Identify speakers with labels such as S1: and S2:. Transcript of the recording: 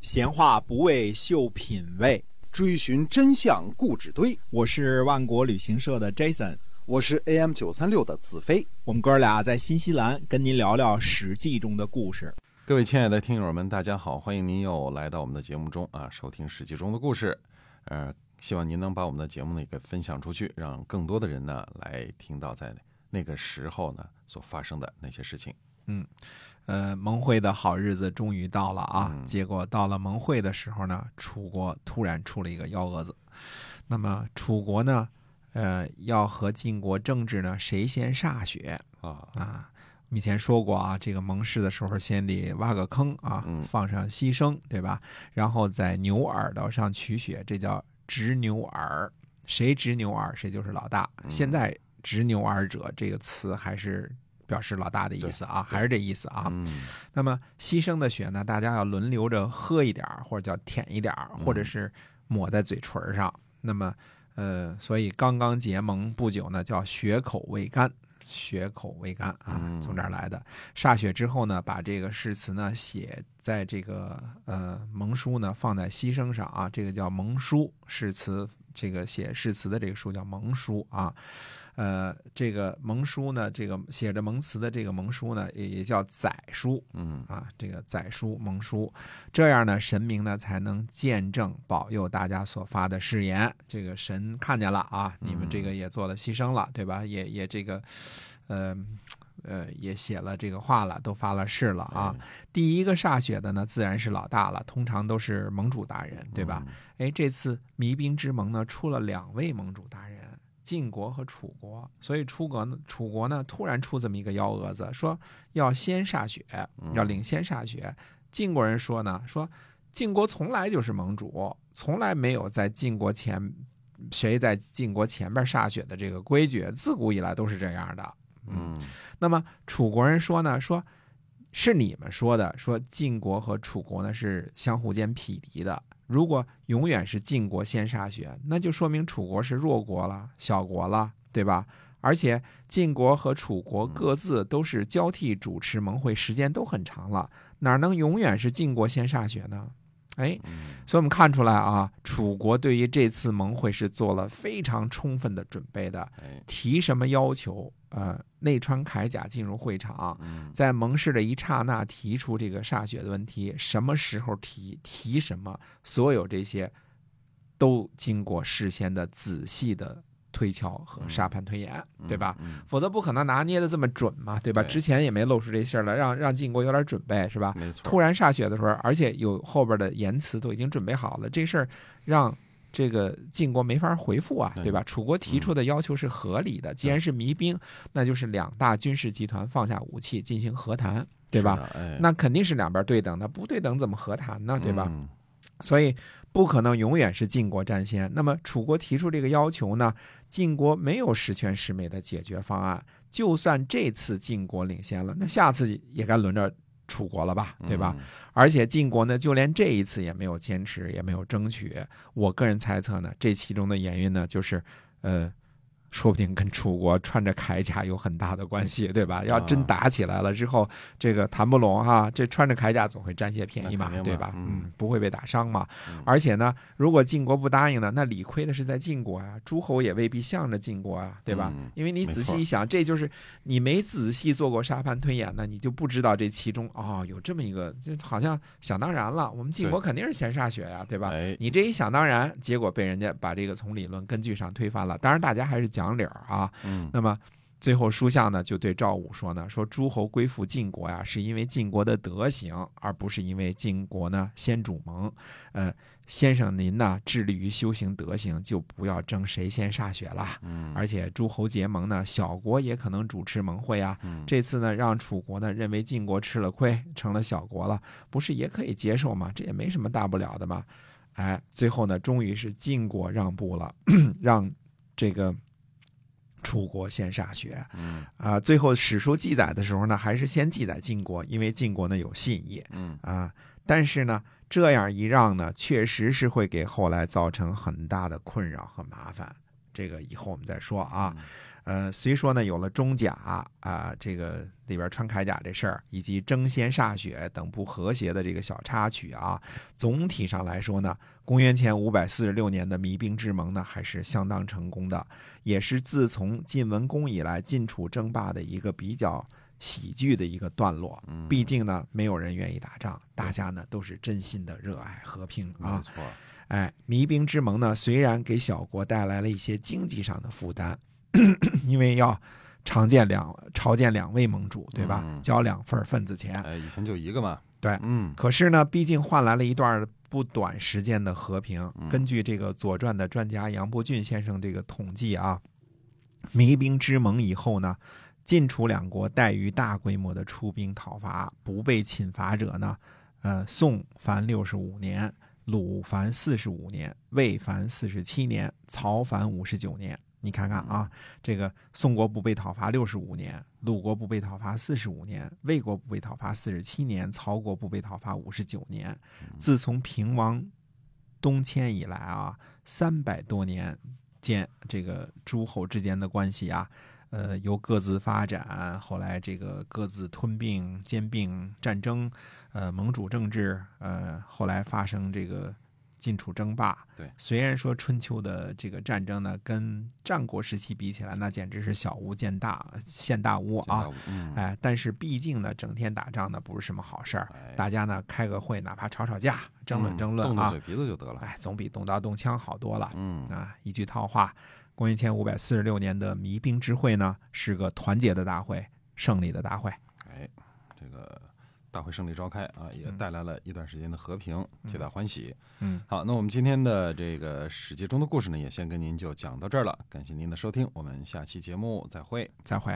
S1: 闲话不为秀品味，
S2: 追寻真相故纸堆。
S1: 我是万国旅行社的 Jason，
S2: 我是 AM 九三六的子飞。
S1: 我们哥俩在新西兰跟您聊聊《史记》中的故事。
S3: 各位亲爱的听友们，大家好，欢迎您又来到我们的节目中啊，收听《史记》中的故事。呃，希望您能把我们的节目呢给分享出去，让更多的人呢来听到在那个时候呢所发生的那些事情。
S1: 嗯，呃，盟会的好日子终于到了啊！
S3: 嗯
S1: 结果到了盟会的时候呢，楚国突然出了一个幺蛾子。那么楚国呢，呃，要和晋国争执呢，谁先歃血
S3: 啊，
S1: 啊？我们以前说过啊，这个盟誓的时候先得挖个坑啊
S3: 嗯，
S1: 放上牺牲，对吧？然后在牛耳朵上取血，这叫执牛耳。谁执牛耳，谁就是老大。
S3: 嗯
S1: 现在“执牛耳者”这个词还是表示老大的意思啊，
S3: 对
S1: 还是这意思啊。
S3: 嗯
S1: 那么牺牲的血呢，大家要轮流着喝一点儿，或者叫舔一点儿，
S3: 嗯
S1: 或者是抹在嘴唇儿上。那么，呃，所以刚刚结盟不久呢，叫血口未干。血口未干啊
S3: 嗯，
S1: 从这儿来的。歃血之后呢，把这个誓词呢写在这个呃盟书呢放在牺牲上啊，这个叫盟书誓词，这个写誓词的这个书叫盟书啊。呃，这个盟书呢，这个写着盟词的这个盟书呢，也也叫载书，
S3: 嗯
S1: 啊，这个载书蒙书，这样呢，神明呢才能见证保佑大家所发的誓言。这个神看见了啊，你们这个也做了牺牲了，对吧？也也这个，呃呃，也写了这个话了，都发了誓了啊。第一个歃血的呢，自然是老大了，通常都是盟主大人，对吧？？哎，这次弭兵之盟呢，出了两位盟主大人，晋国和楚国，所以楚国呢，楚国呢突然出这么一个幺蛾子，说要先歃血，
S3: 嗯
S1: 要领先歃血。晋国人说呢，说晋国从来就是盟主，从来没有在晋国前谁在晋国前边歃血的这个规矩，自古以来都是这样的。
S3: 嗯
S1: 那么楚国人说呢，说是你们说的，说晋国和楚国呢是相互间匹敌的。如果永远是晋国先歃血，那就说明楚国是弱国了、小国了，对吧？而且晋国和楚国各自都是交替主持盟会，时间都很长了，哪能永远是晋国先歃血呢？哎，
S3: 嗯
S1: 所以我们看出来啊，楚国对于这次盟会是做了非常充分的准备的。
S3: 哎
S1: 提什么要求，呃，内穿铠甲进入会场，
S3: 嗯
S1: 在盟誓的一刹那提出这个歃血的问题，什么时候提，提什么，所有这些都经过事先的仔细的推敲和沙盘推演，对吧？？
S3: 嗯
S1: 否则不可能拿捏的这么准嘛，对吧？
S3: 对
S1: 之前也没露出这信儿来，让让晋国有点准备，是吧？
S3: 没错，
S1: 突然歃血的时候，而且有后边的言辞都已经准备好了，这事儿让这个晋国没法回复啊，
S3: 对嗯
S1: 对吧？楚国提出的要求是合理的，既然是弭兵，那就是两大军事集团放下武器进行和谈，对吧？？
S3: 哎，
S1: 那肯定是两边对等的，不对等怎么和谈呢？对吧？
S3: 嗯？
S1: 所以不可能永远是晋国占先。那么楚国提出这个要求呢，晋国没有十全十美的解决方案。就算这次晋国领先了，那下次也该轮着楚国了吧，对
S3: 嗯
S1: 吧？？而且晋国呢，就连这一次也没有坚持，也没有争取。我个人猜测呢，这其中的原因呢，就是，呃，说不定跟楚国穿着铠甲有很大的关系，对吧？要真
S3: 啊
S1: 打起来了之后，这个谈不拢哈、这穿着铠甲总会占些便宜嘛
S3: 那肯，
S1: 对
S3: 定嘛
S1: 吧？
S3: 嗯，
S1: 不会被打伤嘛。
S3: 嗯
S1: 而且呢，如果晋国不答应呢，那理亏的是在晋国啊，诸侯也未必向着晋国啊，对吧？
S3: 嗯
S1: 因为你
S3: 没
S1: 仔细
S3: 错
S1: 一想，这就是你没仔细做过沙盘推演呢，你就不知道这其中哦有这么一个，就好像想当然了，我们晋国肯定是先歃血呀、对吧？
S3: 哎，
S1: 你这一想当然，结果被人家把这个从理论根据上推翻了。当然，大家还是讲理儿啊。
S3: 嗯
S1: 那么最后书相呢就对赵武说呢，说诸侯归附晋国呀，是因为晋国的德行，而不是因为晋国呢先主盟。呃，先生您呢致力于修行德行，就不要争谁先歃血了。
S3: 嗯，
S1: 而且诸侯结盟呢，小国也可能主持盟会啊。
S3: 嗯
S1: 这次呢，让楚国呢认为晋国吃了亏，成了小国了，不是也可以接受吗？这也没什么大不了的嘛。哎，最后呢，终于是晋国让步了， 让这个楚国先歃血
S3: 嗯
S1: 啊、最后史书记载的时候呢，还是先记载晋国，因为晋国呢有信义
S3: 嗯
S1: 啊。但是呢，这样一让呢，确实是会给后来造成很大的困扰和麻烦。这个以后我们再说啊。呃，虽说呢有了中甲啊、这个里边穿铠甲这事儿，以及争先歃血等不和谐的这个小插曲啊，总体上来说呢，公元前五百四十六年的弭兵之盟呢还是相当成功的，也是自从晋文公以来晋楚争霸的一个比较喜剧的一个段落。
S3: 嗯，
S1: 毕竟呢，没有人愿意打仗，大家呢都是真心的热爱和平啊。
S3: 没错，
S1: 哎，弭兵之盟呢，虽然给小国带来了一些经济上的负担， 因为要常见两朝见两位盟主，对吧？
S3: 嗯
S1: 交两份儿份子钱。
S3: 哎，以前就一个嘛，
S1: 对
S3: 嗯，
S1: 可是呢，毕竟换来了一段不短时间的和平。根据这个《左传》的专家杨伯峻先生这个统计啊，弭兵之盟以后呢，晋楚两国怠于大规模的出兵讨伐，不被侵伐者呢，呃，宋凡六十五年，鲁凡四十五年，魏凡四十七年，曹凡五十九年。你看看啊，这个宋国不被讨伐六十五年，鲁国不被讨伐四十五年，魏国不被讨伐四十七年，曹国不被讨伐五十九年。自从平王东迁以来啊，三百多年间，这个诸侯之间的关系啊，呃，由各自发展，后来这个各自吞并、兼并、战争，呃，盟主政治，呃，后来发生这个晋楚争霸。
S3: 对
S1: 虽然说春秋的这个战争呢，跟战国时期比起来，那简直是小巫见大见大巫啊。
S3: 这倒，嗯，
S1: 哎，但是毕竟呢，整天打仗呢不是什么好事儿，大家呢开个会，哪怕吵吵架、争论
S3: 哎嗯
S1: 争
S3: 动
S1: 论
S3: 动
S1: 啊
S3: 嘴，皮子就得了，
S1: 哎，总比动刀动枪好多了。
S3: 嗯，
S1: 啊，一句套话，公元前五百四十六年的弭兵之会呢，是个团结的大会，胜利的大会。
S3: 哎，这个大会胜利召开啊，也带来了一段时间的和平，皆大欢喜。
S1: 嗯，
S3: 好，那我们今天的这个史记中的故事呢，也先跟您就讲到这儿了，感谢您的收听，我们下期节目再会。
S1: 再会。